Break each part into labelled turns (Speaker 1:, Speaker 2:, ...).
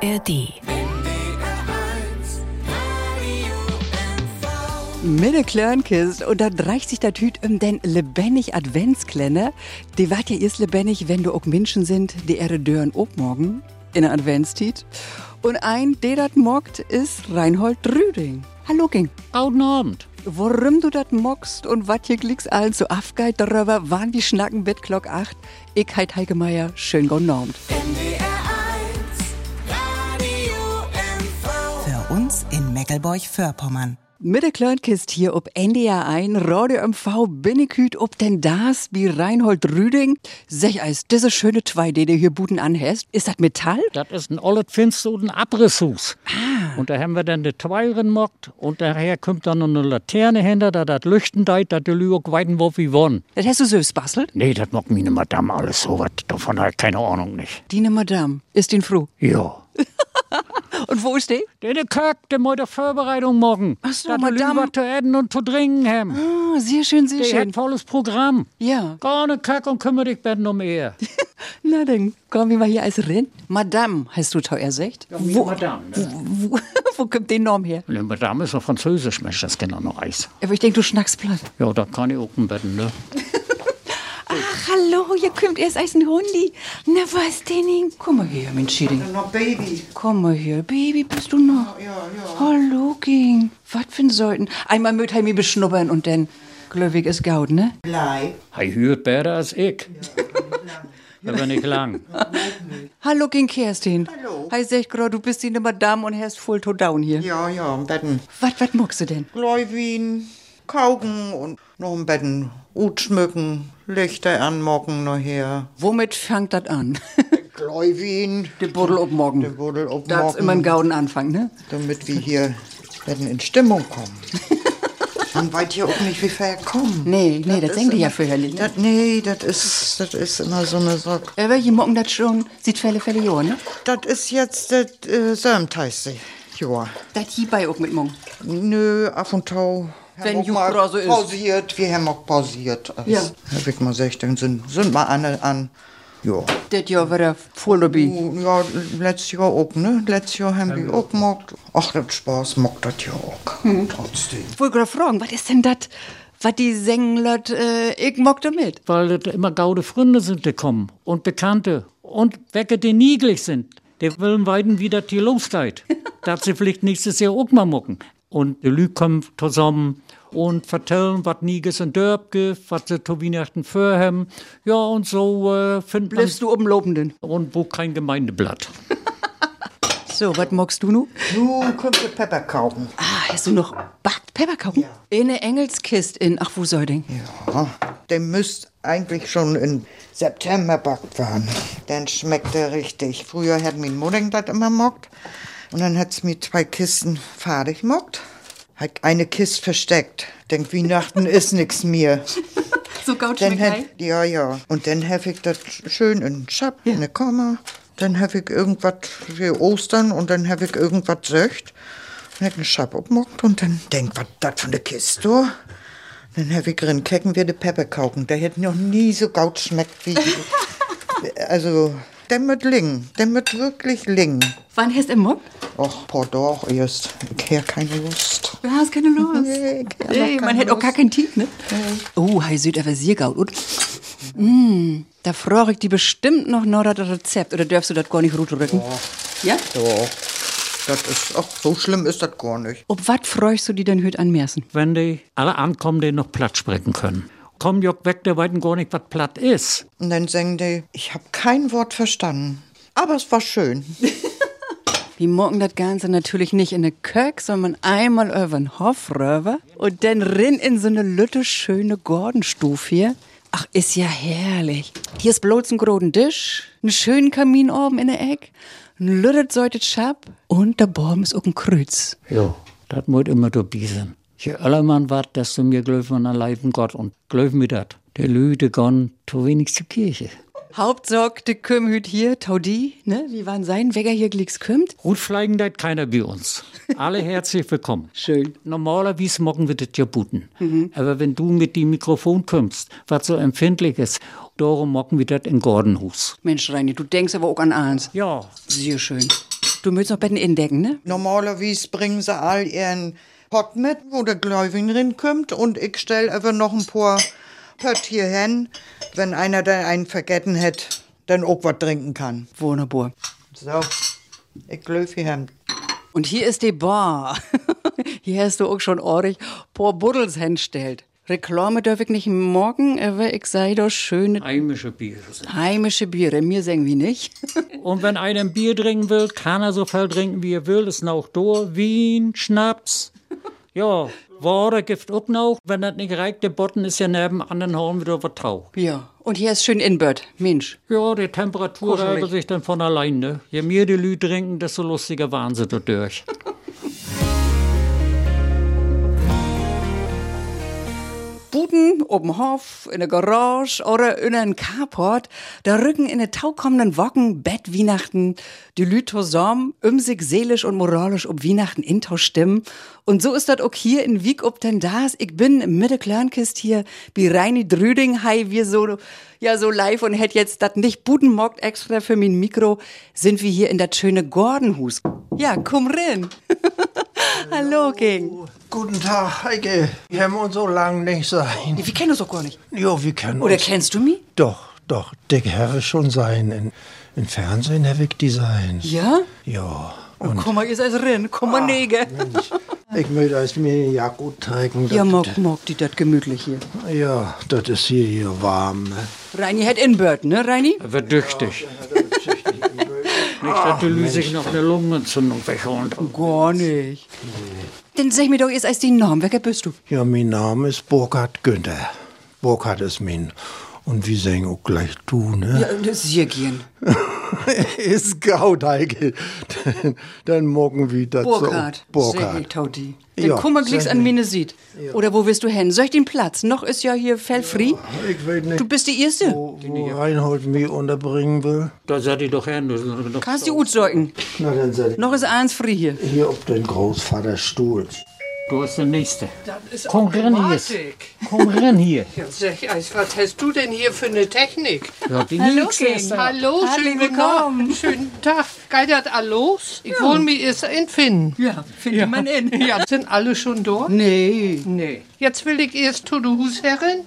Speaker 1: ARD.
Speaker 2: Mit der Klörnkist und dann reicht sich der Tüt um den lebendig Adventsklänne. Die wart ja erst lebendig, wenn du auch Menschen sind, die ihre Dörren obmorgen in der Adventstiet. Und ein, der dat mockt, ist Reinhold Rüding. Hallo, Ging.
Speaker 3: Guten Abend.
Speaker 2: Warum du dat mockst und wat hier glicks allen so afgeit darüber, wann wir schnacken mit Glock 8. Ich heit Heike Meier, schön genormt.
Speaker 4: Für uns in Mecklenburg-Vorpommern.
Speaker 2: Mit der Klörnkist hier ob NDR ein, Radio MV, Binneküt ob denn das, wie Reinhold Rüding. Sech eis, diese schöne Zwei, die du hier Buden anhäst, ist das Metall? Ah.
Speaker 3: Das ist ein olles Finst so ein Abrisshus. Und da haben wir dann die Tweiren mockt und daher kommt dann noch eine Laterne hinter, da das Lüchten deit, da die Lüge weiten wo wie won.
Speaker 2: Das hast du selbst bastelt?
Speaker 3: Nee, das mockt meine Madame alles so was. Davon hat keine Ahnung nicht.
Speaker 2: Dine ne Madame, ist ihn froh.
Speaker 3: Ja.
Speaker 2: Und wo ist die?
Speaker 3: Den Köck, der muss die Vorbereitung morgen.
Speaker 2: Ach so,
Speaker 3: dat
Speaker 2: Madame.
Speaker 3: was zu essen und zu trinken haben.
Speaker 2: Ah, sehr schön, sehr
Speaker 3: Die hat
Speaker 2: schön.
Speaker 3: volles Programm.
Speaker 2: Ja.
Speaker 3: Gar ne Köck und kümmere dich betten um ihr.
Speaker 2: Na dann, kommen wir mal hier als rein. Madame, heißt du teuer Secht?
Speaker 3: Ja, mir Madame, ne?
Speaker 2: Wo, wo kommt die Norm her?
Speaker 3: Ne, Madame ist noch französisch, Mensch, das kennt auch noch Eis.
Speaker 2: Aber ich denke, du schnackst platt.
Speaker 3: Ja, da kann ich auch ein Betten, ne?
Speaker 2: Ach, hallo, hier kommt erst eis ein Hundi. Na, was denn? hin? Komm mal her, mein Schädling.
Speaker 5: Noch Baby.
Speaker 2: Komm mal hier, Baby, bist du noch?
Speaker 5: ja, ja.
Speaker 2: Hallo, King. Was für ein Sollten? Einmal mit Heimi beschnuppern und dann glöwig ist Gaut, ne?
Speaker 5: Bleib.
Speaker 3: Hij hört besser als ich. Aber nicht lang.
Speaker 2: Hallo, King Kerstin. Hallo. Hi, sag grad, du bist die Madame und hast voll to down hier.
Speaker 5: Ja, ja, ein Betten.
Speaker 2: Was, was magst du denn?
Speaker 5: Gläuwin, kaugen und noch ein Betten. Ut schmücken, Lichter anmocken nachher.
Speaker 2: Womit fängt das an?
Speaker 5: Gläuwin,
Speaker 2: Der Buddel ob morgen.
Speaker 5: Der Buddel ob
Speaker 2: Das ist
Speaker 5: morgen.
Speaker 2: immer ein Gauden Anfang, ne?
Speaker 5: damit wir hier Betten in Stimmung kommen. Man weiß hier auch nicht, wie wir kommen.
Speaker 2: Nee, nee, das denke ich ja für Herrlich.
Speaker 5: Das, nee, das ist, das ist immer so eine Sorge.
Speaker 2: Äh, welche morgen das schon? Sieht Fälle, Fälle, jo, ne?
Speaker 5: Das ist jetzt das äh, Sörmteiste. Joa.
Speaker 2: Das hier bei auch mit morgen.
Speaker 5: Nö, ab und tau.
Speaker 2: Wenn
Speaker 5: Haben auch mal
Speaker 2: Jura so ist.
Speaker 5: Pausiert, wir haben auch pausiert. Also,
Speaker 2: Ja.
Speaker 5: Hab ich mal gesagt, dann sind, sind mal alle an. Ja.
Speaker 2: Das Jahr war der Vorlobby.
Speaker 5: Ja, letztes Jahr auch, ne? Letztes Jahr haben wir auch gemockt. Ach, das Spaß mockt das ja auch.
Speaker 2: Hm.
Speaker 5: Trotzdem.
Speaker 2: Ich wollte gerade fragen, was ist denn das? Was die singen, Leute, äh, ich mock damit.
Speaker 3: Weil das immer gaude Freunde sind, die kommen. Und Bekannte. Und Wecke, die niedlich sind. Die wollen weiden wieder die Loskeit. Dass sie vielleicht nächstes Jahr auch mal mucken. Und die Leute kommen zusammen und vertellen, was Niges und Dörp gibt, was sie zu Weihnachten vorhaben. Ja, und so äh, findet man...
Speaker 2: Bleibst du oben Lobenden.
Speaker 3: Und wo kein Gemeindeblatt.
Speaker 2: So, was mockst du nun?
Speaker 5: Nun kommt der Pepperkaufen.
Speaker 2: Ah, hast du noch backt Pepperkuchen? In der Engelskist in Ach, wo soll denn?
Speaker 5: Ja. Der müsst eigentlich schon im September backt werden. Dann schmeckt der richtig. Früher hat mein Mutter das immer mockt. Und dann hat's mir zwei Kisten fadig mockt. Hat eine Kiste versteckt. Denkt, Weihnachten ist nix mehr.
Speaker 2: So gaut
Speaker 5: Dann hat,
Speaker 2: schmeckt
Speaker 5: ja, ja. Und dann habe ich das schön in den Schab, in eine Kammer. Dann habe ich irgendwas für Ostern und dann habe ich irgendwas söcht. Und hat einen Schab abmockt und dann denk, was das für eine Kiste, du? Dann habe ich drin, kecken wir de Peppe kauken. Der hätte noch nie so gaut schmeckt wie. also, der mit Lingen. Der mit wirklich Lingen.
Speaker 2: Wann hast du im Mock?
Speaker 5: Och, boah, doch, erst. Ich habe keine Lust.
Speaker 2: Du hast keine Lust.
Speaker 5: Nee, ich hab
Speaker 2: Ey,
Speaker 5: noch
Speaker 2: man
Speaker 5: keine
Speaker 2: hätte auch
Speaker 5: Lust.
Speaker 2: gar keinen Tief, ne? Oh, hi süd aber Siergaut, und? Mm, da frage ich die bestimmt noch nach das Rezept. Oder darfst du das gar nicht rücken? Ja?
Speaker 5: Doch. Das ist, ach, so schlimm ist das gar nicht.
Speaker 2: Ob was freust du die denn heute am meisten?
Speaker 3: wenn die alle ankommen, die noch platt sprechen können. Komm, Jock, weg, der weiten gar nicht, was platt ist.
Speaker 5: Und dann sagen die, ich habe kein Wort verstanden. Aber es war schön.
Speaker 2: Wir mocken das Ganze natürlich nicht in eine Kök, sondern einmal über den Hof rüber und dann rin in so eine lütte schöne Gordenstufe hier. Ach, ist ja herrlich. Hier ist bloß ein großen Tisch, einen schönen Kamin oben in der Eck, ein lüttet säutet Schab und der Baum ist auch ein Kreuz.
Speaker 3: Ja, das muss immer dabei sein. Je öller man wart, desto mehr glaubt man an Leiben Gott und glaubt mir das. Die Leute gehen zu wenig zur Kirche.
Speaker 2: Hauptsorg, de Kümmhüt hier, Taudi, ne? Wie waren sein Wegger hier glicks kümmt?
Speaker 3: Und fliegen dat keiner bei uns. Alle herzlich willkommen.
Speaker 2: Schön.
Speaker 3: Normalerweise machen wir das ja buten. Aber wenn du mit dem Mikrofon kommst, was so empfindlich ist, darum machen wir das in Gordenhus.
Speaker 2: Mensch, Reini, du denkst aber auch an Ahns.
Speaker 3: Ja,
Speaker 2: Sehr schön. Du möchtest noch Betten indecken, ne?
Speaker 5: Normalerweise bringen sie all ihren Pott mit, wo der Gläubigen rinkommt. Und ich stelle einfach noch ein paar Pött hier hin, wenn einer da einen vergessen hat, dann auch was trinken kann.
Speaker 2: Wunderbar.
Speaker 5: So, ich löf hier hin.
Speaker 2: Und hier ist die Bar. hier hast du auch schon ordentlich paar Buddels hinstellt. Reklame darf ich nicht morgen, aber ich sei doch schöne
Speaker 3: Heimische Biere sind.
Speaker 2: heimische Biere. Mir sagen wir nicht.
Speaker 3: Und wenn einer ein Bier trinken will, kann er so viel trinken, wie er will. Ist noch da. Wien, Schnaps. Ja, Ware gibt auch noch. Wenn das nicht reicht, der Botten ist ja neben anderen Horn wieder vertaucht.
Speaker 2: ja. Und hier ist schön Inbird. Mensch.
Speaker 3: Ja, die Temperatur
Speaker 2: Kuschelig.
Speaker 3: regelt sich dann von allein. Ne? Je mehr die Leute trinken, desto lustiger waren sie dadurch.
Speaker 2: Buden, oben Hof, in der Garage oder in einem Carport, da rücken in den taukommenden Wochen Bett Weihnachten die Lüt zusammen, um sich seelisch und moralisch ob Weihnachten in Tau stimmen. Und so ist das auch hier in Wieg ob denn das. Ich bin im Mittelklernkist hier, wie Reini Drüding, hi, wir so, ja, so live und hätt jetzt das nicht Buden mockt extra für mein Mikro, sind wir hier in das schöne Gordonhus. Ja, komm rein. Hallo, King.
Speaker 1: Guten Tag, Heike. Wir haben uns so lange nicht sein.
Speaker 2: Wir kennen uns doch gar nicht.
Speaker 1: Jo, wir kennen
Speaker 2: Oder
Speaker 1: uns.
Speaker 2: kennst du mich?
Speaker 1: Doch, doch, dick Herr schon sein. In, Im Fernsehen habe ich die sein.
Speaker 2: Ja?
Speaker 1: Ja. Und Ah,
Speaker 2: Komm mal, ihr seid drin. Komm mal, Nege.
Speaker 1: Mensch, ich möchte als mir ja gut trinken.
Speaker 2: Ja,
Speaker 1: Das-
Speaker 2: mag, mag die das gemütlich hier.
Speaker 1: Ja, das ist hier, hier warm. Ne?
Speaker 2: Reini hat Inbird, ne, Reini?
Speaker 3: Er wird düchtig.
Speaker 1: Ah,
Speaker 3: Nicht, dass die Leute sich noch eine Lungenentzündung wegholen.
Speaker 2: Gar nicht. Dann sag mir doch erst als den Namen. Wer bist du?
Speaker 1: Ja, mein Name ist Burkhard Günther. Burkhard ist mein. Und wir singen auch gleich du, ne?
Speaker 2: Ja, das ist Jirgien.
Speaker 1: ist gaut, Heike. Dann, dann morgen wieder
Speaker 2: Burkhard.
Speaker 1: zu. Burkhard.
Speaker 2: Taudi. Dann
Speaker 1: Ja,
Speaker 2: guck mal gleich
Speaker 1: sag
Speaker 2: an
Speaker 1: mir.
Speaker 2: meine sieht. Oder wo willst du hin? Soll ich den Platz? Noch ist ja hier Fellfree.
Speaker 1: Ich weiß nicht.
Speaker 2: Du bist die Erste.
Speaker 1: wo, wo Reinhold mich unterbringen will.
Speaker 3: Da seid ihr doch her. das ist doch-
Speaker 2: Kannst die Ut sorgen.
Speaker 1: Na, dann seid
Speaker 2: Noch ist eins free hier.
Speaker 1: ihr hier auf den Großvaterstuhl.
Speaker 3: Du bist der Nächste. Komm rein hier. Komm rein hier.
Speaker 6: Sag, Eis, Was hast du denn hier für eine Technik?
Speaker 3: Ja, die Nächste ist da.
Speaker 6: Hallo,
Speaker 2: Herzlich
Speaker 6: schönen guten
Speaker 2: willkommen.
Speaker 6: Tag. Schönen Tag. Geidert alles? Ich hol mir erst in Finn.
Speaker 2: Ja, findet man in.
Speaker 6: Ja, sind alle schon da?
Speaker 2: Nee.
Speaker 6: Nee. Jetzt will ich erst Tudehus Herren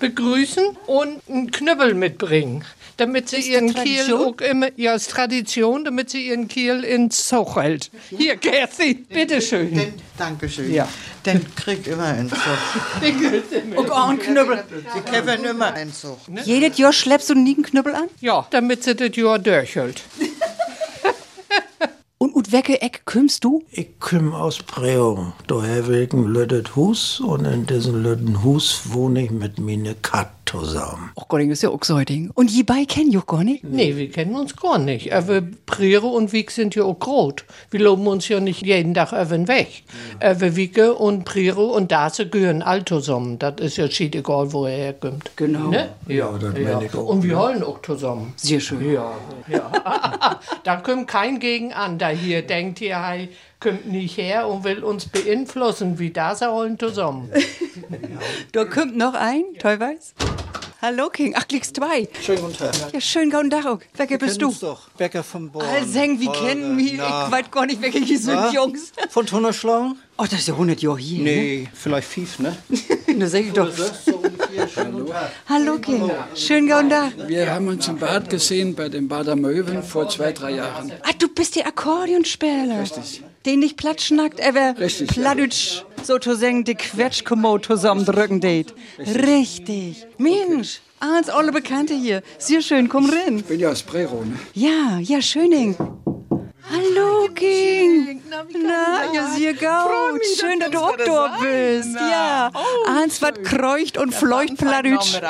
Speaker 6: begrüßen und einen Knüppel mitbringen, damit sie ihren
Speaker 2: das
Speaker 6: Kiel
Speaker 2: Tradition?
Speaker 6: auch immer, ja, ist Tradition, damit sie ihren Kiel ins Zug hält. Hier, Kerstin, bitteschön.
Speaker 5: Den, Äh, Dankeschön.
Speaker 6: Ja.
Speaker 5: Den kriegt immer einen Zug.
Speaker 2: Und auch Oh, ein Knüppel.
Speaker 5: Die Kevin immer einen Zug.
Speaker 2: Jedes Jahr schleppst du nie einen Knüppel an?
Speaker 6: Ja, damit sie das Jahr durchhält.
Speaker 2: Und Ut Wecke Eck kümmst du?
Speaker 1: Ich komme aus Preo. Daher wegen Lüttet Hus und in diesem Lütten Hus wohne ich mit meine Kat zusammen.
Speaker 2: Och Gott, das ist ja auch so ein Ding. Und Jibai kenn ich auch gar nicht.
Speaker 6: Nee, wir kennen uns gar nicht. Aber Priere und Wieg sind ja auch groß. Wir loben uns ja nicht jeden Tag even weg. Aber Wieke und Priere und Dase gehören all zusammen. Das ist ja schied egal, wo er herkommt.
Speaker 2: Genau.
Speaker 6: Ne? Ja,
Speaker 1: das
Speaker 6: ja.
Speaker 1: meine ich auch,
Speaker 6: Und wir holen auch zusammen.
Speaker 2: Sehr schön.
Speaker 6: Ja, ja. da kommt kein gegen an, da hier denkt hier, hey, kommt nicht her und will uns beeinflussen. Wie Dase holen zusammen.
Speaker 2: Da kommt noch ein, teilweise. Hallo King, ach, liegst zwei.
Speaker 7: Schönen guten Tag.
Speaker 2: Ja, schönen guten Tag. auch. Wer bist du?
Speaker 7: Kennen's doch. Bäcker vom Born.
Speaker 2: Alseng, wie
Speaker 7: Holger,
Speaker 2: kennen mich? Ich
Speaker 7: na.
Speaker 2: weiß gar nicht, wer die sind, Jungs.
Speaker 7: Von Tunnerschlagen?
Speaker 2: Oh, das ist ja 100 Jahre hier.
Speaker 7: Nee, vielleicht fief, ne?
Speaker 2: ne? Da sag ich doch. Hallo King, schönen guten Tag.
Speaker 8: Wir haben uns im Bad gesehen bei den Bader Möwen vor zwei, drei Jahren.
Speaker 2: Ah, du bist der Akkordeonspieler. Richtig. Den nicht platschnackt, aber
Speaker 8: Richtig, ja.
Speaker 2: platütsch, sozusagen die Quetschkommode zusammendrücken date. Richtig. Mensch, als alle Bekannte hier. Sehr schön, komm rein.
Speaker 8: Bin ja aus Prero, ne?
Speaker 2: Ja, ja, Schöning. Hallo, King. Na, ja, sehr gut. Schön, dass du auch da bist. Ja. Hans, was kreucht und fleucht Pladütsch.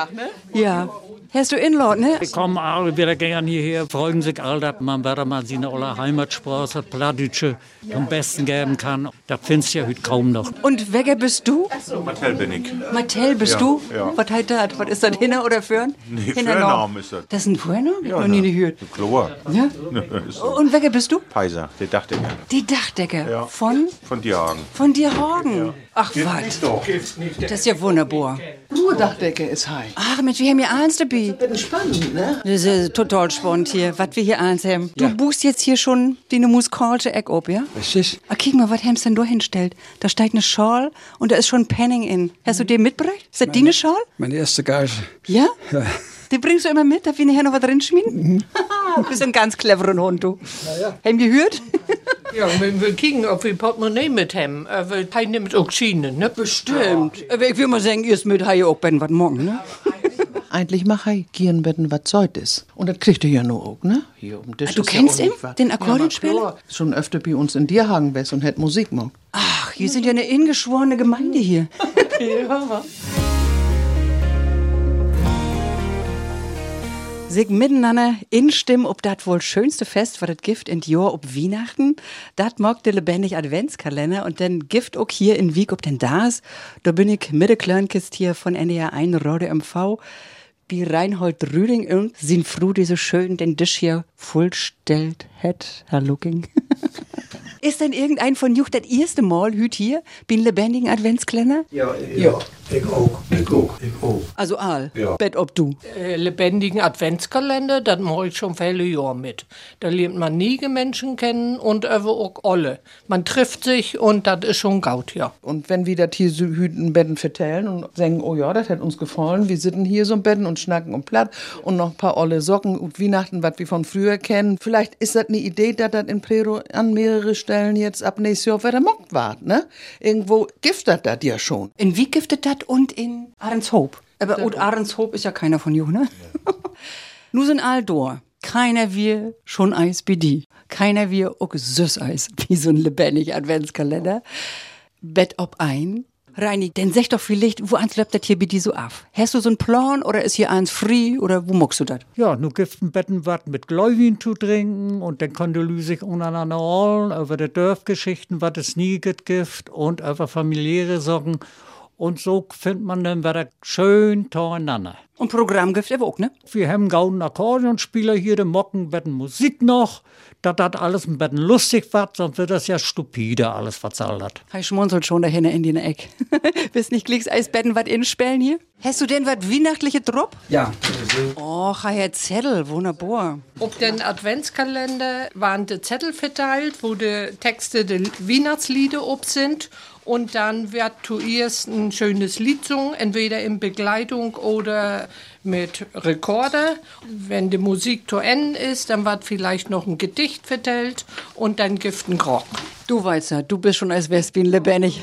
Speaker 2: Ja. Hast du Inlaut, ne?
Speaker 3: Die kommen alle wieder gern hierher, freuen sich all, dass man wieder mal seine olle Heimatsprache, Pladütsche, am besten geben kann. Das findest du ja heute kaum noch.
Speaker 2: Und wer bist du?
Speaker 9: Mattel bin ich.
Speaker 2: Mattel bist du?
Speaker 9: ja.
Speaker 2: Was heißt das? Was ist das? Hinner oder Föhn?
Speaker 9: Nee,
Speaker 2: Hinner noch.
Speaker 9: Föhnarm ist das. ne.
Speaker 2: Das ist ein Föhnarm? Ja, noch nie gehört.
Speaker 9: Chlor.
Speaker 2: Ja? Und wer bist du?
Speaker 9: Ne, Peiser, der dachte ich.
Speaker 2: Die Dachdecke
Speaker 9: Ja.
Speaker 2: von,
Speaker 9: Von Diagen.
Speaker 2: von dir Horgen. Ach, was?
Speaker 9: Doch.
Speaker 2: Das ist ja wunderbar. Du
Speaker 10: Oberdachdecke ist high.
Speaker 2: Ach Mensch, wir haben hier eins dabei.
Speaker 10: Spannend, ne?
Speaker 2: Das ist total spannend hier, was wir hier eins haben. Du buchst jetzt hier schon die musikalsche Eck ab, ja?
Speaker 11: Richtig.
Speaker 2: Ah, guck mal, was haben sie denn da hinstellt? Da steigt eine Schal und da ist schon ein Penning in. Hast
Speaker 9: Mhm.
Speaker 2: du den mitgebracht? Ist das deine Schal?
Speaker 11: Meine erste Gage.
Speaker 2: Ja?
Speaker 11: Ja.
Speaker 2: Die bringst du immer mit, darf ich nachher noch was drin schmieden? du bist ein ganz cleverer Hund, du. Haben gehört?
Speaker 6: Ja, wir, wir kicken, ob wir Portemonnaie mit haben. Äh, weil Pai nimmt auch Schienen, ne?
Speaker 2: Bestimmt. Aber ich will mal sagen, ihr ist mit Haie auch ben was morgen, ne?
Speaker 10: Eigentlich mach ich gern bitten, was sollt is. Und das kriegt ihr ja nur auch, ne? Hier um
Speaker 2: Ah, du kennst ihn, den Akkordeonspieler?
Speaker 10: Schon öfter bei uns in Dierhagen wär's und hätt Musik gemacht.
Speaker 2: Ach, hier sind ja eine ingeschworene Gemeinde hier. Sig miteinander instimmen, ob das wohl schönste Fest war, das Gift in Dior ob Weihnachten. Das mag der lebendig Adventskalender und dann Gift auch hier in Wieg, ob denn das. Da bin ich mit der Klörnkist hier von NDR 1 Rode MV. Wie Reinhold Rüding und sind froh, die so schön den Tisch hier vollstellt hat. Herr Looking. Ist denn irgendein von Juch das erste Mal hüt hier, bin lebendigen Adventskalender?
Speaker 1: Ja, ja. Ich auch. Ich auch. Ich auch.
Speaker 2: Also all.
Speaker 1: Ja.
Speaker 2: Bet ob du.
Speaker 6: Äh, lebendigen Adventskalender, das mache ich schon viele Jahre mit. Da lernt man nie Menschen kennen und öwe auch alle. Man trifft sich und das ist schon gaut, ja.
Speaker 10: Und wenn wir das hier so hüten Betten vertellen und sagen, oh ja, das hat uns gefallen, wir sitzen hier so im Betten und schnacken und platt und noch ein paar olle Socken und Weihnachten, was wir von früher kennen. Vielleicht ist das eine Idee, dass das in Prero an mehrere Stellen jetzt ab nächstes Jahr wieder mockt ward, ne? Irgendwo giftet das ja schon.
Speaker 2: In Wieg giftet das und in Ahrenshoop. Aber und Ahrenshoop ist ja keiner von Juch, ne? Nur sind all dor. Keiner wir schon Eis wie die. Keiner wir auch süß Eis, wie so ein lebendig Adventskalender. Bet ob ein. Reini, denn sech doch vielleicht, wo eins läuft das hier bei die so af? Hast du so einen Plan oder ist hier eins free oder wo muckst du das?
Speaker 3: Ja, nur giften Betten wat mit Gläuwin zu trinken und dann konnte Lü sich untereinander allen über die Dörfgeschichten, was es nie gibt, Gift und über familiäre Sorgen. Und so findet man dann wieder schön zueinander.
Speaker 2: Und Programm gibt aber auch, ne?
Speaker 3: Wir haben gauden Akkordeonspieler hier, die mocken Betten Musik noch. Da das alles ein Betten lustig wird, sonst wird das ja stupide alles, was all dat.
Speaker 2: Hei schmunzelt schon dahin in den Eck. Bist nicht glicks Eisbetten wat inspellen hier? Hast du denn wat weihnachtliche Drupp?
Speaker 11: Ja.
Speaker 2: Och, hei Herr Oh, Zettel, wunderbar.
Speaker 6: Ob den Adventskalender waren die Zettel verteilt, wo die Texte der Weihnachtslieder ob sind. Und dann wird zuerst ein schönes Lied gesungen, entweder in Begleitung oder mit Rekorder. Wenn die Musik zu Ende ist, dann wird vielleicht noch ein Gedicht vertellt und dann gibt ein Grog.
Speaker 2: Du weißt ja, du bist schon als Wespin lebendig.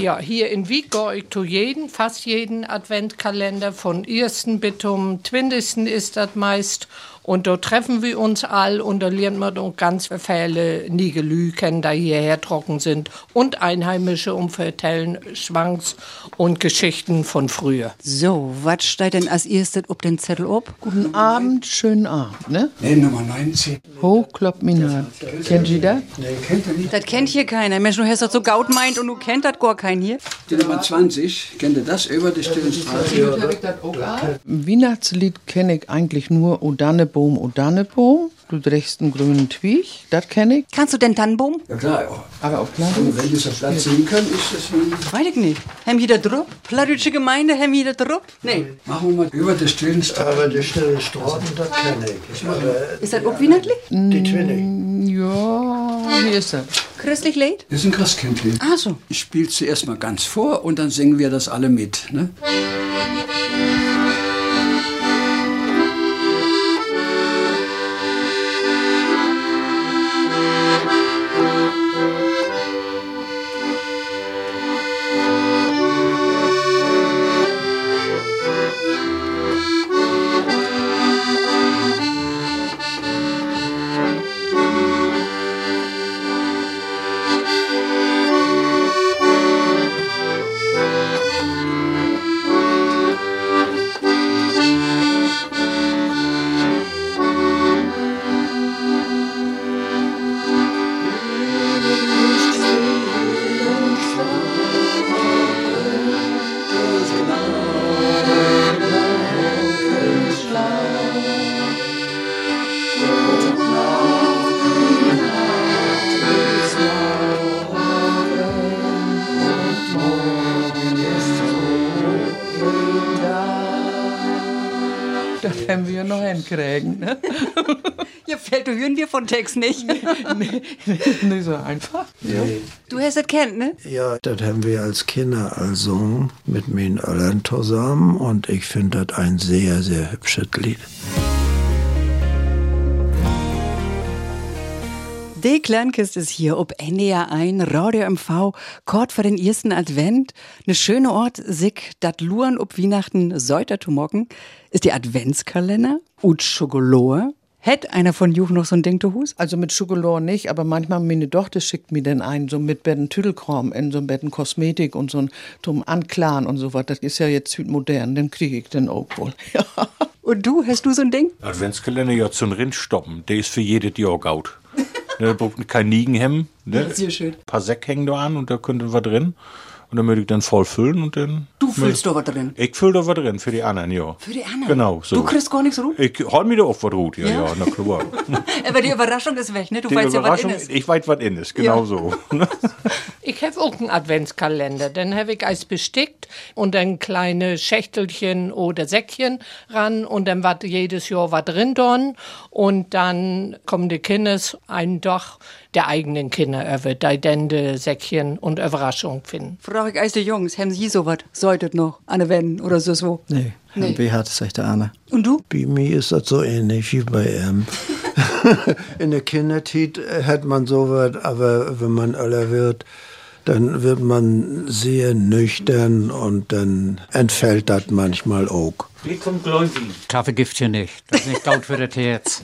Speaker 6: Ja, hier in Wieg gehe ich zu jeden, fast jeden Adventkalender, von 1. bis zum 20. ist das meist. Und dort treffen wir uns all und da lernt man doch ganz viele Nigelü kennen, da hierher trocken sind und Einheimische um vertellen Schwanks und Geschichten von früher.
Speaker 2: So, wat steht denn als erstes ob den Zettel ob?
Speaker 10: Guten Abend, schönen Abend, ne?
Speaker 11: Nee, Nummer 19.
Speaker 10: Ho, klopp mir nach. Kennt ihr das?
Speaker 11: Nee, kennt ihr nicht?
Speaker 2: Das kennt hier keiner. Mensch, du hast das so gaut meint und du kennt das gar keinen hier.
Speaker 11: Die Nummer 20. Kennt ihr das? Über die Stillenstraße.
Speaker 10: Ein Weihnachtslied kenne ich eigentlich nur O Dannebaum, O Dannebaum. Du trägst einen grünen Twig, das kenne ich.
Speaker 2: Kannst du den Tannenbaum?
Speaker 11: Ja, klar. ja.
Speaker 10: Aber auch klar.
Speaker 11: Und wenn die so platt singen können, ist das nun...
Speaker 2: Weiß ich nicht. Haben hier der Drupp? Plattdeutsche Gemeinde, haben hier der Drupp? Nee.
Speaker 11: Machen wir mal über die Stillenstraße.
Speaker 1: Aber die stille Straßen, das kenne ich. Aber
Speaker 2: Ist das ob weihnachtlich?
Speaker 1: die kenne ich.
Speaker 10: Ja, hier ist er.
Speaker 2: Christlich lädt?
Speaker 11: Das ist ein Christkindlied.
Speaker 2: Ah, so.
Speaker 11: Ich spiele zuerst mal ganz vor und dann singen wir das alle mit. Ne?
Speaker 10: können wir ja noch hinkriegen. Ne?
Speaker 2: Ja, fällt du hören wir von Text nicht.
Speaker 10: Nicht so einfach.
Speaker 1: Ja.
Speaker 2: Du hast es kennt, ne?
Speaker 1: Ja, das haben wir als Kinder also mit mir allen zusammen und ich finde das ein sehr, sehr hübsches Lied.
Speaker 2: Die Kleinkist ist hier ob NDR ein, Radio MV, kort vor den ersten Advent. Ne schöne Ort, sick, dat luren ob Weihnachten, säuter to mocken, ist die Adventskalender, ut Schokolohe. Hätt einer von Juch noch so ein Ding to Hus?
Speaker 10: Also mit Schokolade nicht, aber manchmal meine Tochter schickt mir dann ein, so mit Betten Tüdelkram, in so einem Betten Kosmetik und so ein zum Anklaren und so was. Das ist ja jetzt südmodern, den kriege ich dann auch wohl. Ja.
Speaker 2: Und du, hast du so ein Ding?
Speaker 9: Adventskalender ja zum Rind stoppen, der ist für jedes Jahr gaut. ne, da braucht man kein Niegenhemd. Ne?
Speaker 2: Sehr schön.
Speaker 9: Ein paar Säck hängen da an und da könnt ihr was drin. Und dann würde ich dann voll füllen und dann.
Speaker 2: Du füllst doch was drin.
Speaker 9: Ich fülle da was drin für die anderen, ja.
Speaker 2: Für die anderen?
Speaker 9: Genau, so.
Speaker 2: Du kriegst gar nichts rum?
Speaker 9: Ich hol mir da oft was ruht, ja,
Speaker 2: Ja?
Speaker 9: ja, na klar.
Speaker 2: Aber die Überraschung ist weg, ne? Du
Speaker 9: Die
Speaker 2: weißt ja, was in
Speaker 9: Überraschung,
Speaker 2: ist.
Speaker 9: ich weiß, was in ist, genau
Speaker 2: Ja.
Speaker 9: so.
Speaker 6: Ich habe auch einen Adventskalender. Dann habe ich Eis bestickt und dann kleine Schächtelchen oder Säckchen ran und dann war jedes Jahr was drin dann. Und dann kommen die Kindes ein doch der eigenen Kinder über die dann die Säckchen und Überraschung finden.
Speaker 2: Frag ich als die Jungs, haben sie sowas? Solltet noch, an Wenn oder so, so.
Speaker 12: Nee,
Speaker 2: Nee.
Speaker 12: wie hat es euch der Arme?
Speaker 2: Und du?
Speaker 1: Bei mir ist das so ähnlich wie bei ähm, ihm. In der Kindertit hat man sowas, aber wenn man älter wird, dann wird man sehr nüchtern und dann entfällt das manchmal auch.
Speaker 3: Wie kommt Gläubin? Kaffee gibt hier nicht. Das ist nicht gut für das Herz.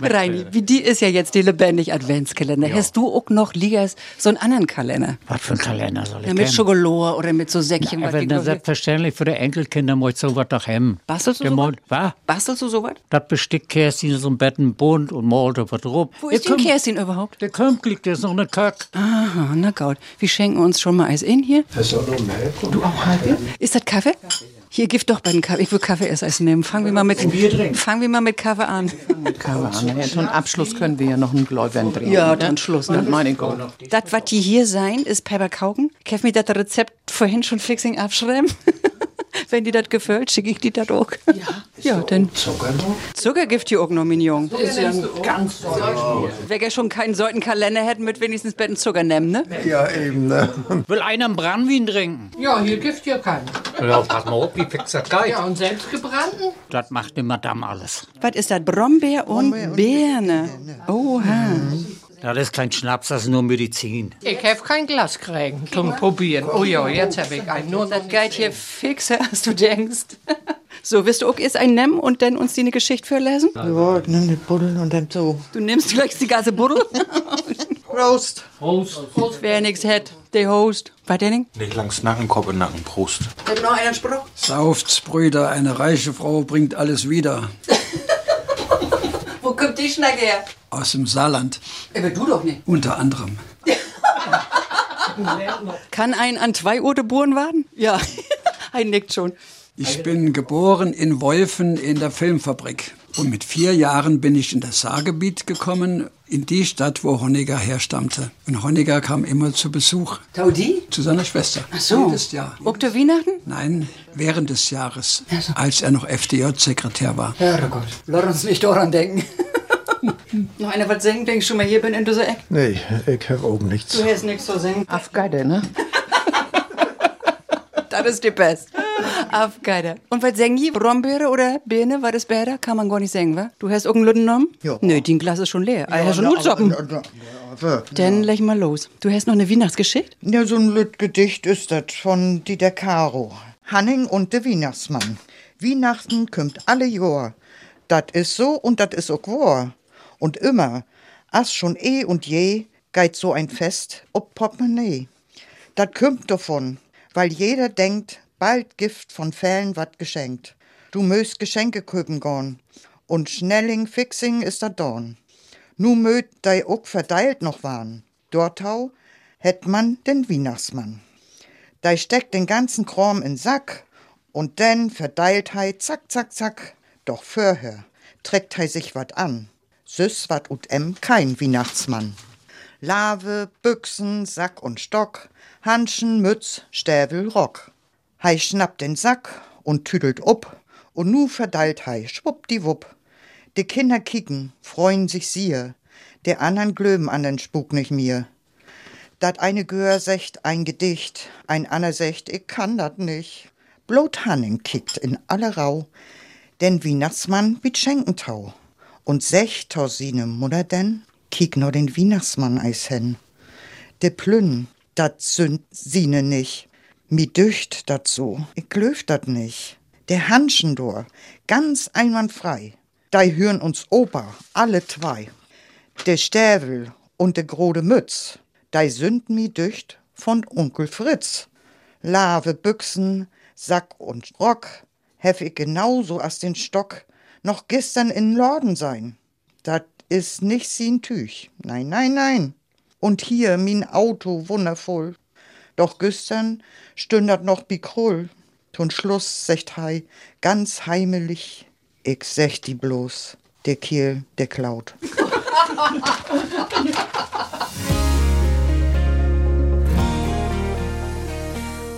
Speaker 2: Reini, wie die ist ja jetzt die lebendig Adventskalender. Hast du auch noch, Ligas, so einen anderen Kalender?
Speaker 3: Was für ein Kalender soll ich
Speaker 2: Ja, mit
Speaker 3: kennen?
Speaker 2: Schokolade oder mit so Säckchen,
Speaker 3: Aber
Speaker 2: die
Speaker 3: dann
Speaker 2: Glocke-
Speaker 3: selbstverständlich für die Enkelkinder mal sowas doch haben.
Speaker 2: Bastelst du
Speaker 3: Der
Speaker 2: sowas?
Speaker 3: Mond- Was?
Speaker 2: Bastelst du sowas?
Speaker 3: Das bestickt Kerstin so ein Betten bunt und malt da was rum.
Speaker 2: Wo ist die Kerstin überhaupt?
Speaker 3: Der Kömmglick, der ist noch eine Köck.
Speaker 2: Aha, na gut. Wir schenken uns schon mal Eis in hier.
Speaker 1: Hast du auch noch Melk?
Speaker 2: Du auch halb? Ist das Kaffee? Hier, gibt doch bei den Kaffee. Ich will Kaffee erst Eis nehmen. Fangen wir mal mit, fangen wir mal mit Kaffee an.
Speaker 10: Keine Ahnung. Ja, zum Abschluss können wir ja noch einen Gläubern drehen.
Speaker 2: Ja, dann Schluss, ne?
Speaker 10: Das meine ich auch.
Speaker 2: Das, was die hier sein, ist Pepperkauken. Käf mir das Rezept vorhin schon flixing abschreiben. Wenn die das gefällt, schicke ich die das auch. Ja, ja dann.
Speaker 1: Zucker
Speaker 2: Zucker gibt hier auch noch, Mignon.
Speaker 6: Ist ja ein ganz
Speaker 2: Wer ja schon keinen Säutenkalender hätte, mit wenigstens Betten Zucker nehmen, ne?
Speaker 1: Ja, eben. Ne?
Speaker 3: Will einer einen Brandwein trinken?
Speaker 6: Ja, hier gibt ja keinen.
Speaker 3: Ja, pass mal auf, wie fix das geht.
Speaker 6: Ja, und selbstgebrannten?
Speaker 3: Das macht die Madame alles.
Speaker 2: Was ist das? Brombeer und Birne. Oha.
Speaker 3: Das ist kein Schnaps, das ist nur Medizin.
Speaker 6: Ich habe kein Glas kriegen zum Probieren. Oh ja, jetzt habe ich einen. Nur
Speaker 2: Das geht hier fixer, als du denkst. So, wirst du auch erst einen nehmen und dann uns die eine Geschichte vorlesen?
Speaker 5: Ja, ich nehme die Buddeln und dann so.
Speaker 2: Du nimmst gleich die ganze Buddel?
Speaker 5: Prost.
Speaker 3: Prost.
Speaker 2: Wer nichts hat, der Host. Was denn?
Speaker 9: Nicht langs Nacken, Kopf und Nacken, Prost.
Speaker 2: Hat noch einen Spruch?
Speaker 11: Sauft's, Brüder, eine reiche Frau bringt alles wieder.
Speaker 2: Wo kommt die Schnecke her?
Speaker 11: Aus dem Saarland,
Speaker 2: Aber du doch nicht.
Speaker 11: unter anderem.
Speaker 2: Kann ein an zwei Uhr geboren werden? Ja, ein nickt schon.
Speaker 11: Ich bin geboren in Wolfen in der Filmfabrik. Und mit vier Jahren bin ich in das Saargebiet gekommen, in die Stadt, wo Honegger herstammte. Und Honegger kam immer zu Besuch.
Speaker 2: Taudi?
Speaker 11: Zu seiner Schwester. Ach
Speaker 2: so.
Speaker 11: Jedes Jahr.
Speaker 2: Ob du Weihnachten?
Speaker 11: Nein, während des Jahres, als er noch FDJ-Sekretär war.
Speaker 2: Herrgott, lass uns nicht daran denken. noch einer was singen, wenn ich schon mal hier bin in dieser Ecke?
Speaker 1: Nee, ich habe auch nichts.
Speaker 2: Du hast nichts zu singen.
Speaker 10: Afgeide, ne?
Speaker 2: Das ist die Best. Afgeider. Und was singen die? Brombeere oder Birne? War das besser? Kann man gar nicht singen, wa? Du hast irgendeinen Lütten genommen?
Speaker 5: Ja.
Speaker 2: Nö, dein Glas ist schon leer. Ja, hast schon
Speaker 5: na,
Speaker 2: gut soppen.
Speaker 5: aber- na, na, aber-
Speaker 2: Dann leg mal los. Du hast noch eine Weihnachtsgeschichte?
Speaker 5: Ja, so ein lütt Gedicht ist das von Dieter Caro. Hanning und der Weihnachtsmann. Weihnachten kümmt alle Jahr. Dat is so und dat is auch wahr. Und immer, as schon eh und je, geit so ein Fest ob Portemonnaie. Dat kümmt davon, weil jeder denkt, bald Gift von Fällen wat geschenkt. Du möst Geschenke köpen gorn. Und schnelling fixing ist dat dorn. Nu möt dei ook verteilt noch waren. Dortau hätt man den Weihnachtsmann. Dei steckt den ganzen Kram in Sack und denn verteilt hei zack, zack, zack. Doch vorher trägt hei sich wat an. Süß wat ut em kein Weihnachtsmann. Lave, Büchsen, Sack und Stock, Hanschen, Mütz, Stäbel, Rock. Hei schnappt den Sack und tüdelt up Und nu verdeilt hei, schwuppdiwupp. Die Kinder kicken, freuen sich siehe. Der anderen glöben an den Spuk nicht mir. Dat eine Gör secht ein Gedicht, ein ander secht, ich kann dat nicht. Blot Hannen kickt in alle Rau, denn wie Nassmann wie Schenkentau. Und secht Torsine Mutter denn, kick nur den Wienersmann eis hen. De Plünn, dat sünd sine nicht, mi dücht dat so, ich glöft dat nicht. Der Hanschendor, ganz einwandfrei, dei hören uns Opa, alle zwei. De Stävel und de grode Mütz, dei sünd mi dücht von Onkel Fritz. Lave Büchsen, Sack und Rock, hef ich genauso as den Stock, noch gestern in Lorden sein. Dat is nicht sin Tüch, nein, nein, nein. Und hier min Auto wundervoll. Doch gestern stündert noch Bikroll. Tun Schluss, secht hei, ganz heimelig. Ich sech die bloß, der Kiel, der klaut.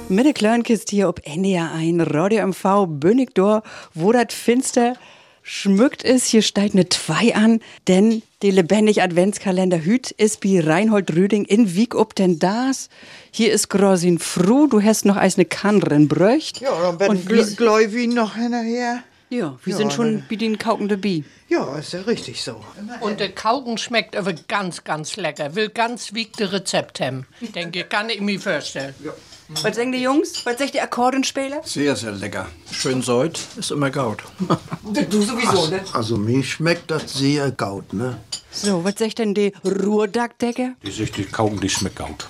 Speaker 2: Mit der Klörnkist hier ob NDR1, Radio MV, Bönigdor, wo das Finster schmückt ist. Hier steigt eine Zwei an, denn die lebendig Adventskalender Hüt ist wie Reinhold Rüding in Wieg ob denn das. Hier ist Grosin Fru, du hast noch eis ne Kanren bröcht.
Speaker 5: Ja, dann werden
Speaker 2: wie-
Speaker 5: Gl- Gläuwin noch hinterher.
Speaker 2: Ja, wir
Speaker 5: Ja,
Speaker 2: sind schon
Speaker 5: dann-
Speaker 2: wie den kaukende Bi.
Speaker 5: Ja, ist ja richtig so.
Speaker 6: Und der Kauken schmeckt aber ganz, ganz lecker. Will ganz wiegte Rezept haben. Denke, kann ich mir vorstellen.
Speaker 2: Was sagen die Jungs? Was sagt die Akkordeonspieler?
Speaker 11: Sehr, sehr lecker.
Speaker 7: Schön seut ist immer gaut.
Speaker 2: Du sowieso, ne?
Speaker 1: Also mir schmeckt das sehr gaut, ne?
Speaker 2: So, was sagt denn die Ruhrdackdecke?
Speaker 9: Die sich die Kaugen, die schmeckt gaut.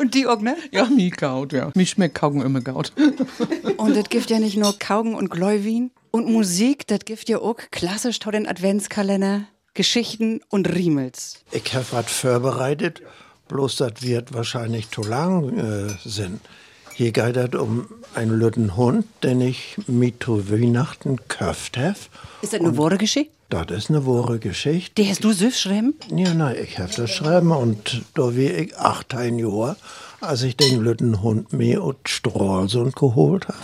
Speaker 2: Und die auch, ne?
Speaker 10: Ja, mir kaut, ja. Mir schmeckt Kaugen immer kaut.
Speaker 2: Und das gibt ja nicht nur Kaugen und Gläuwin. Und Musik, das gibt ja auch klassisch tau den Adventskalender, Geschichten und Riemels.
Speaker 1: Ich habe was vorbereitet, bloß das wird wahrscheinlich zu lang äh, sein. Hier geht es um einen lütten Hund, den ich mit zu Weihnachten köft habe.
Speaker 2: Ist das eine wahre Geschichte?
Speaker 1: Das ist eine wahre Geschichte.
Speaker 2: Die hast du süß schreiben?
Speaker 1: Ja, nein, ich habe das schreiben und da wie ich acht ein Jahr, als ich den lütten Hund mir und Stralsund geholt habe.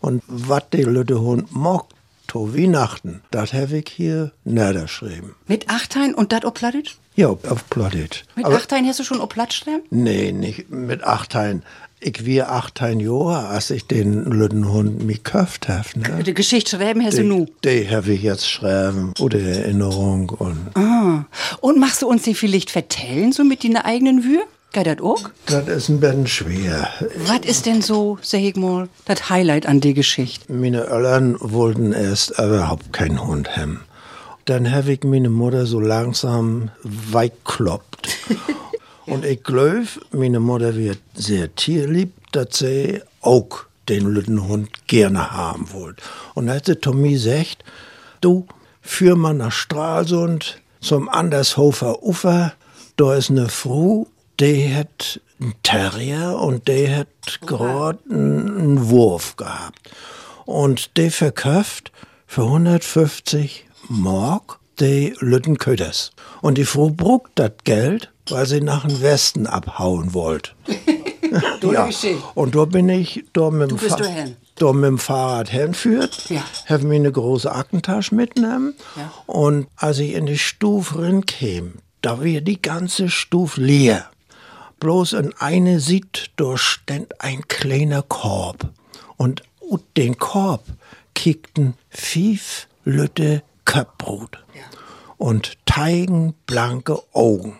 Speaker 1: Und was der lütte Hund mag, zu Weihnachten, das habe ich hier niederschrieben.
Speaker 2: Mit Achtein und das oplattet?
Speaker 1: Ja, auf Plattdeutsch.
Speaker 2: Mit
Speaker 1: Aber-
Speaker 2: Achtein hast du schon oplatt schreiben?
Speaker 1: Nee, nicht mit Achtein. Ich wir Achtein Jahre, als ich den Lüttenhund mi köft hab, ne?
Speaker 2: Die Geschichte schreiben hast du nu.
Speaker 1: Die, die hab ich jetzt schreiben. Oder Erinnerung und.
Speaker 2: Ah. Und machst du uns den vielleicht vertellen, so mit deiner eigenen Wür? Geht das auch?
Speaker 1: Das ist ein bisschen schwer.
Speaker 2: Was ist denn so, sag ich mal, das Highlight an der Geschichte?
Speaker 1: Meine Eltern wollten erst überhaupt keinen Hund haben. Dann hab ich meine Mutter so langsam wegkloppt. und ich glaube, meine Mutter wird sehr tierlieb, dass sie auch den Lüttenhund gerne haben wollte. Und als sie Tommy sagt, du, führ mal nach Stralsund zum Andershofer Ufer, da ist eine Frau, die hat einen Terrier und die hat gerade einen Wurf gehabt. Und die verkauft für 150 Mark die Lüttenköders. Und die Frau bruckt das Geld, weil sie nach dem Westen abhauen wollt. ja. Und da bin ich da mit dem,
Speaker 2: Du bist
Speaker 1: Fa-
Speaker 2: dahin.
Speaker 1: da mit dem Fahrrad hinführt,
Speaker 2: Ja.
Speaker 1: habe mir eine große Aktentasche mitgenommen.
Speaker 2: Ja.
Speaker 1: Und als ich in die Stufe rinkam, da war die ganze Stufe leer. Bloß in eine sieht, da stand ein kleiner Korb. Und ut den Korb kickten fief Lütte Köpbrot. Und teigen blanke Augen.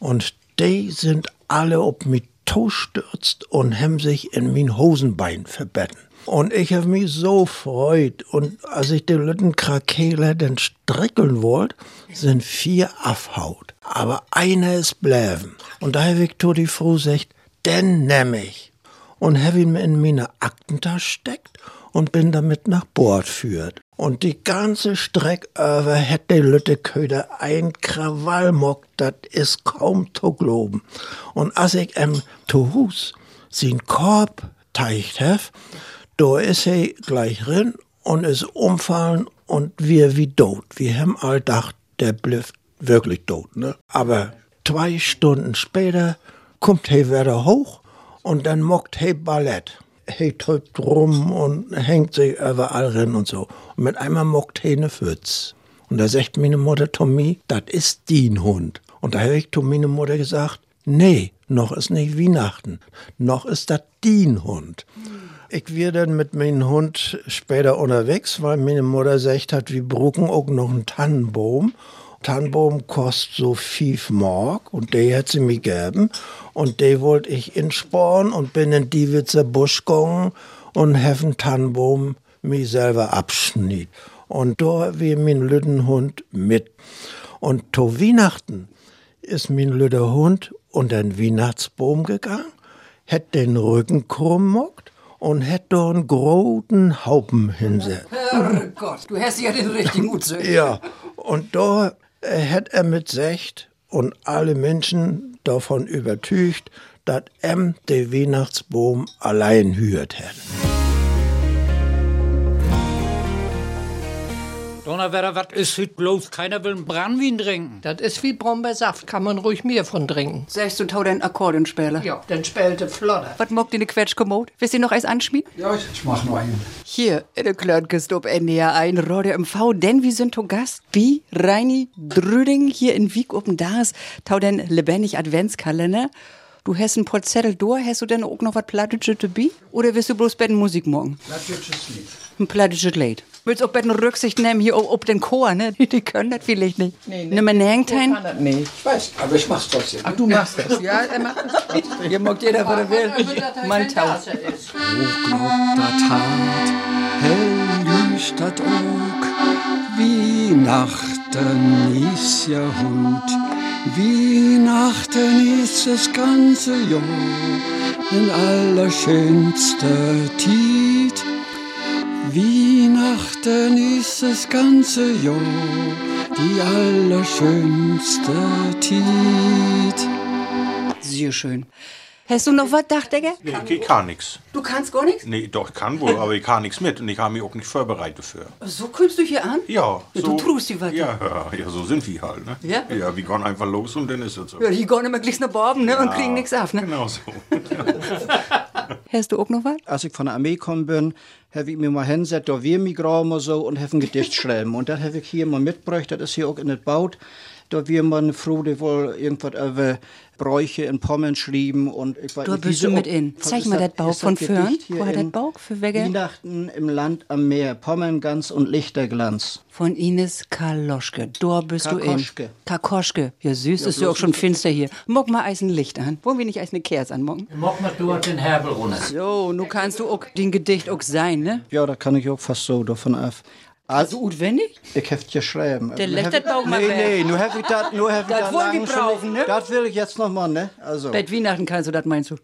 Speaker 1: Und die sind alle ob mit Toe stürzt und haben sich in mein Hosenbein verbetten. Und ich habe mich so freut. Und als ich den Lütten Krakeler dann strickeln wollte, sind vier abhaut. Aber einer ist bleiben. Und da habe ich to die Frau gesagt, den nehm ich. Und habe ihn in meine Aktentasche steckt und bin damit nach Bord führt. Und die ganze Strecke über hätte der Lütteköder ein Krawall mockt, das ist kaum zu globen. Und als ich em to Hus sin Korb teicht hef, da ist er gleich rin und ist umfallen und wir wie tot. Wir haben all dacht, der blifft wirklich tot, ne? Aber zwei Stunden später kommt er wieder hoch und dann mockt he Ballett. He trübt rum und hängt sich überall rein und so. Und mit einmal mockt he ne Pfütz. Und da sagt meine Mutter, Tommy, das ist dein Hund. Und da habe ich zu meiner Mutter gesagt, nee, noch ist nicht Weihnachten, noch ist das dein Hund. Ich wir dann mit meinem Hund später unterwegs, weil meine Mutter gesagt hat, wir brauchen auch noch einen Tannenbaum. Tannenbaum kostet so viel Mark und der hat sie mir gegeben. Und der wollte ich insporen und bin in die Witzer Busch gegangen und habe einen Tannenbaum mir selber abschnitt. Und da wir mein Lüttenhund mit. Und zu Weihnachten ist mein Lüttenhund unter den Weihnachtsbaum gegangen, hat den Rücken krumm mockt und hat da einen großen Haupen hinsetzt.
Speaker 12: Herrgott, du hast ja den richtigen Mut. Sir.
Speaker 1: Ja, und da äh, hat er mit Secht und alle Menschen davon übertücht, dass em der Weihnachtsbaum allein hürt hat.
Speaker 3: Donnerwetter, was ist heute bloß? Keiner will einen Brandwein trinken.
Speaker 6: Das ist wie Brombeersaft, kann man ruhig mehr von trinken.
Speaker 2: Sagst du, tau deinen Akkordeonspieler?
Speaker 6: Ja, dann spielte flotter.
Speaker 2: Was mockt die ne Quetschkommode? Willst du noch eins anschmieden?
Speaker 11: Ja, ich mach nur einen.
Speaker 2: Hier, in der Klörnkiste ob NDR ein, Radio MV, denn wir sind to Gast. Wie Reini Drüding hier in Wieg oben da ist, tau den lebendig Adventskalender. Du hast ein paar Zettel durch, hast du denn auch noch was Plattdeutsches dabei? Oder willst du bloß bei den Musik morgen?
Speaker 11: Plattdeutsches Lied.
Speaker 2: Ein Plattdeutsches Lied. Willst du auch bei den Rücksicht nehmen, hier ob den Chor, ne? Die, die können das vielleicht nicht. Nee, nee. Nimm
Speaker 10: Kann das nicht.
Speaker 11: Ich weiß, aber ich mach's trotzdem.
Speaker 10: Ach, du machst das. Ja, er macht das. Hier mag jeder, was er will. Mein Tau.
Speaker 11: Hochglob der Tat, helllicht dat Oog, Weihnachten ist ja gut. Weihnachten ist das ganze Jahr, in allerschönster Tiet. Weihnachten ist das ganze Jahr, die allerschönste Tiet.
Speaker 2: Sehr schön. Hast du noch was, Dachdecker?
Speaker 9: Nee, ich kann nichts.
Speaker 2: Du kannst gar nichts?
Speaker 9: Nee, doch, ich kann wohl, aber ich kann nichts mit. Und ich habe mich auch nicht vorbereitet für.
Speaker 2: So kommst du hier an?
Speaker 9: Ja,
Speaker 2: Du
Speaker 9: so-
Speaker 2: trust die was.
Speaker 9: Ja, ja, ja, so sind wir halt, ne?
Speaker 2: Ja?
Speaker 9: Ja, wir gehen einfach los und dann ist es so.
Speaker 2: Ja, die gehen immer gleich nach Borben ne, und
Speaker 9: Ja,
Speaker 2: kriegen nichts auf. Ne?
Speaker 9: Genau so.
Speaker 2: Hast du auch noch was?
Speaker 7: Als ich von der Armee gekommen bin, habe ich mir mal hingesetzt, da wir mich und so und habe ein Gedicht schreiben. Und das habe ich hier mal mitgebracht, das ist hier auch in der Baut. Da wir mal eine Frode wohl irgendwas über Bräuche in Pommern schrieben und ich weiß
Speaker 2: Du
Speaker 7: nicht,
Speaker 2: bist
Speaker 7: diese-
Speaker 2: du mit in.
Speaker 7: Was
Speaker 2: Zeig
Speaker 7: ist
Speaker 2: mal
Speaker 7: das-
Speaker 2: das Bauch
Speaker 7: ist
Speaker 2: von
Speaker 7: das
Speaker 2: Föhren.
Speaker 7: Gedicht hier
Speaker 2: Wo hat das
Speaker 7: in
Speaker 2: Bauch für Wege?
Speaker 7: Weihnachten im Land am Meer, Pommernglanz und Lichterglanz.
Speaker 2: Von Ines Kaloschke. Da bist du in.
Speaker 7: Kakoschke.
Speaker 2: Kakoschke. Ja, süß, ist ja auch schon finster hier. Mock mal Eis ein Licht an. Wollen wir nicht Eis eine Kerze anmocken?
Speaker 3: Mach mal du den Herbel runter.
Speaker 2: So, nun kannst du auch den Gedicht auch sein, ne?
Speaker 7: Ja, da kann ich auch fast so davon af.
Speaker 2: Also, gut, wenn nicht?
Speaker 7: Ich heft hier schreiben.
Speaker 2: Der
Speaker 7: Also,
Speaker 2: lässt
Speaker 7: hef-
Speaker 2: das Bauch mal
Speaker 7: Nee,
Speaker 2: weg.
Speaker 7: nee, nur heft ich das, nur heft ich
Speaker 2: Das
Speaker 7: dat
Speaker 2: wollen wir
Speaker 7: lang schon
Speaker 2: brauchen,
Speaker 7: nicht.
Speaker 2: ne?
Speaker 7: Das will ich jetzt nochmal, ne? Also.
Speaker 2: Seit Weihnachten kannst du das, meinst du?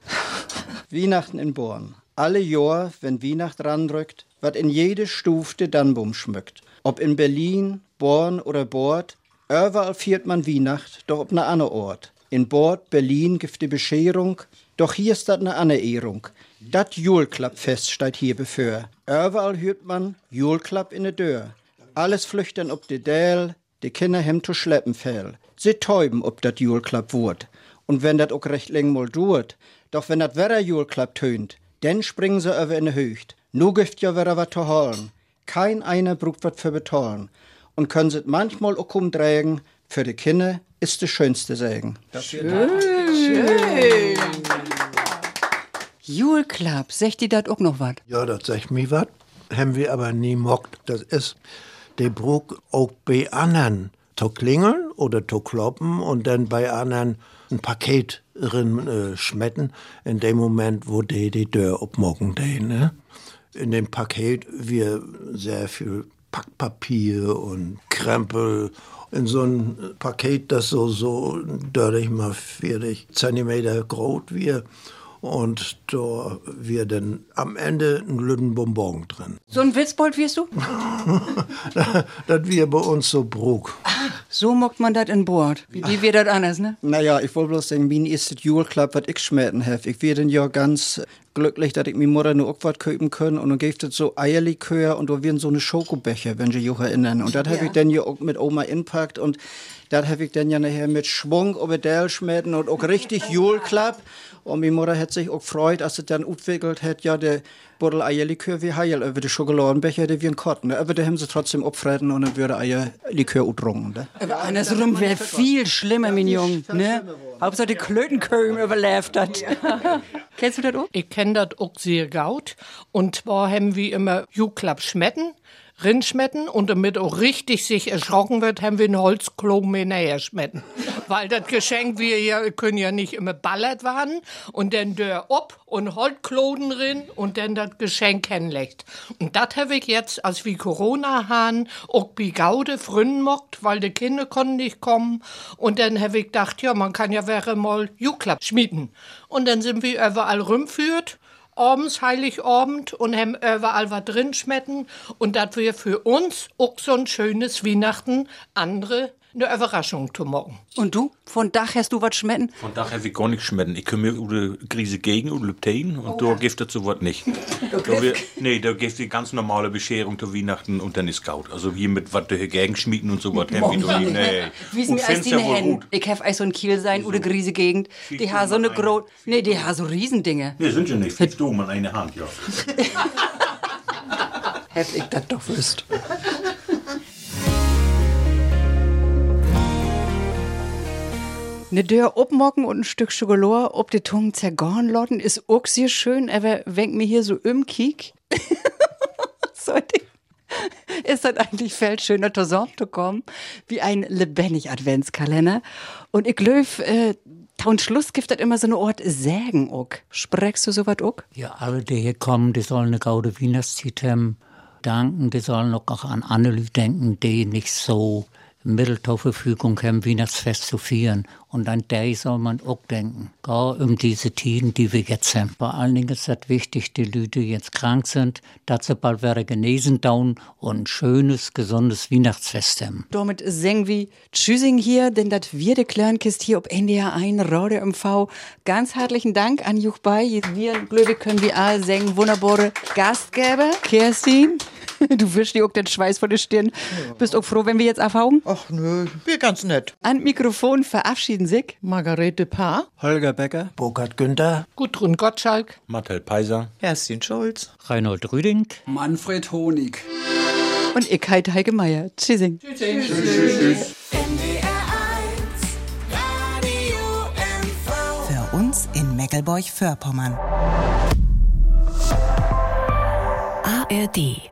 Speaker 7: Weihnachten in Born. Alle Jahr, wenn Weihnacht ranrückt, wird in jede Stufe de Dannbum schmückt. Ob in Berlin, Born oder Bord, überall feiert man Weihnacht, doch ob ne anne Ort. In Bord, Berlin gibt die Bescherung, doch hier ist dat ne anne Ehrung. Dat Julklappfest steht hier bevor. Überall hört man Julklapp in de Dörr. Alles flüchten ob de Däl, de Kinder hem zu schleppen fell. Sie täuben ob dat Julklapp wurd. Und wenn dat auch recht läng mal duert, doch wenn dat werra Julklapp tönt, denn springen sie över in de Hücht. Nu gift ja werra wat zu holen. Kein einer brucht wat für betorn. Und können sit manchmal auch umdrägen, für de Kinder ist de schönste Sägen.
Speaker 2: Jule Club, sech die dat auch noch was?
Speaker 1: Ja, das sagt mir was. Haben wir aber nie mockt. Das ist, der Bruch auch bei anderen zu klingeln oder zu kloppen und dann bei anderen ein Paket drin äh, schmetten, in dem Moment, wo die die Tür abmocken, die, ne? In dem Paket wir sehr viel Packpapier und Krempel in so ein Paket, das so, so, dadurch mal 40 Zentimeter groß wird. Und da wir dann am Ende einen lüden Bonbon drin.
Speaker 2: So ein Witzbold wirst du?
Speaker 1: das wir bei uns so brug.
Speaker 2: So mockt man dat in Bord. Wie, wie wir dat anders, ne?
Speaker 7: Naja, ich wollte bloß sagen, mir ist das Julklapp, was ich schmecken habe. Ich werde ja ganz glücklich, dass ich mir Mutter nur auch was köpen können und dann gibt es so Eierlikör und da werden so eine Schokobecher, wenn Sie sich erinnern. Und das habe
Speaker 13: Ja.
Speaker 7: ich dann ja auch mit Oma inpackt und das habe ich dann ja nachher mit Schwung über Dell schmetten und auch richtig Julklapp. Und meine Mutter hat sich auch gefreut, als sie dann entwickelt hat, ja, der Buddel Eierlikör wie heil, über die Schokoladenbecher, die wie ein Kotten. Aber da haben sie trotzdem abfressen und dann würde Eierlikör utrungen. Ne?
Speaker 2: Aber andersrum wäre viel schlimmer, mein Junge. Ne? Hauptsache die Klötenköhm überlebt hat.
Speaker 6: Kennst du das auch? Ich kenne das auch sehr gut. Und zwar haben wir immer Juklapp Schmetten, Rindschmetten und damit auch richtig sich erschrocken wird, haben wir einen Holzklon mehr näher schmetten. Weil das Geschenk, wir ja, können ja nicht immer ballert werden und dann der ob und Holzkloden drin und dann das Geschenk hinlegt. Und das habe ich jetzt, als wie Corona hahn auch wie Gaude frünnen mockt, weil die Kinder konnten nicht kommen und dann habe ich gedacht, ja, man kann ja wäre mal Juklapp schmieden. Und dann sind wir überall rumführt, abends Heiligabend und haben überall was drin schmetten und dass wir für uns auch so ein schönes Weihnachten andere eine Überraschung zu machen.
Speaker 2: Und du? Von Dach hast du was schmecken?
Speaker 9: Von daher wir gar nicht schmecken. Ich kümmere mich um die Krise gegen und Lübtein
Speaker 2: Oh,
Speaker 9: und da gibt es sowas nicht. da wir, nee, da gibt es die ganz normale Bescherung zu Weihnachten und dann ist Gaut. Also hier mit was durch gegen schmieden und sowas. haben wir doch nicht. Nee.
Speaker 2: Wie
Speaker 9: Und
Speaker 2: mir als
Speaker 9: find's
Speaker 2: die
Speaker 9: ja
Speaker 2: ne
Speaker 9: wohl
Speaker 2: Hen.
Speaker 9: gut.
Speaker 2: Ich hab ei so ein Kiel sein, oder Griese Gegend. Die ha so eine gro... Nee, die ha so Riesendinge.
Speaker 9: Nee, sind ja nicht. Findest du mal eine Hand, ja.
Speaker 2: Hätte ich das doch wüsst. Ne Dörr obmocken und ein Stück Schokolade ob die Tungen zergorn lotten ist auch sehr schön, aber wenn mir hier so im Kiek, sollte ich- ist das eigentlich viel schöner zusammen zu kommen, wie ein lebendig Adventskalender. Und ich löf, äh, und Schluss gibt das immer so eine Art Sägen auch. Sprechst du sowas auch?
Speaker 3: Ja, alle, die hier kommen, die sollen eine gaude Weihnachtszeit haben. Danken, die sollen auch an Annelü denken, die nicht so Mittel zur Verfügung haben, Weihnachtsfest zu feiern. Und an die soll man auch denken. Gar um diese Tiden, die wir jetzt haben. Vor allen Dingen ist das wichtig, die Leute, die jetzt krank sind, dass sie bald wieder genesen dauern und ein schönes, gesundes Weihnachtsfest haben.
Speaker 2: Damit singen wir Tschüssing hier, denn das wir de Klernkist hier ob NDR 1 Radio MV. um Ganz herzlichen Dank an Juch Bay. Wir Glöwe können wir all singen. Wunderbare Gastgeber. Kerstin, du wischst dir auch den Schweiß von der Stirn. Bist auch froh, wenn wir jetzt aufhauen?
Speaker 5: Ach nö, wir ganz nett.
Speaker 2: An Mikrofon verabschieden sich
Speaker 10: Margarete Paar.
Speaker 7: Holger Becker.
Speaker 1: Burkhard Günther.
Speaker 6: Gudrun Gottschalk.
Speaker 9: Martel Peiser.
Speaker 10: Kerstin Schulz.
Speaker 3: Reinhold Rüding.
Speaker 11: Manfred Honig.
Speaker 2: Und ich heite Heike Meier. Tschüssing.
Speaker 4: Für uns in Meckelburg-Vorpommern.
Speaker 14: ARD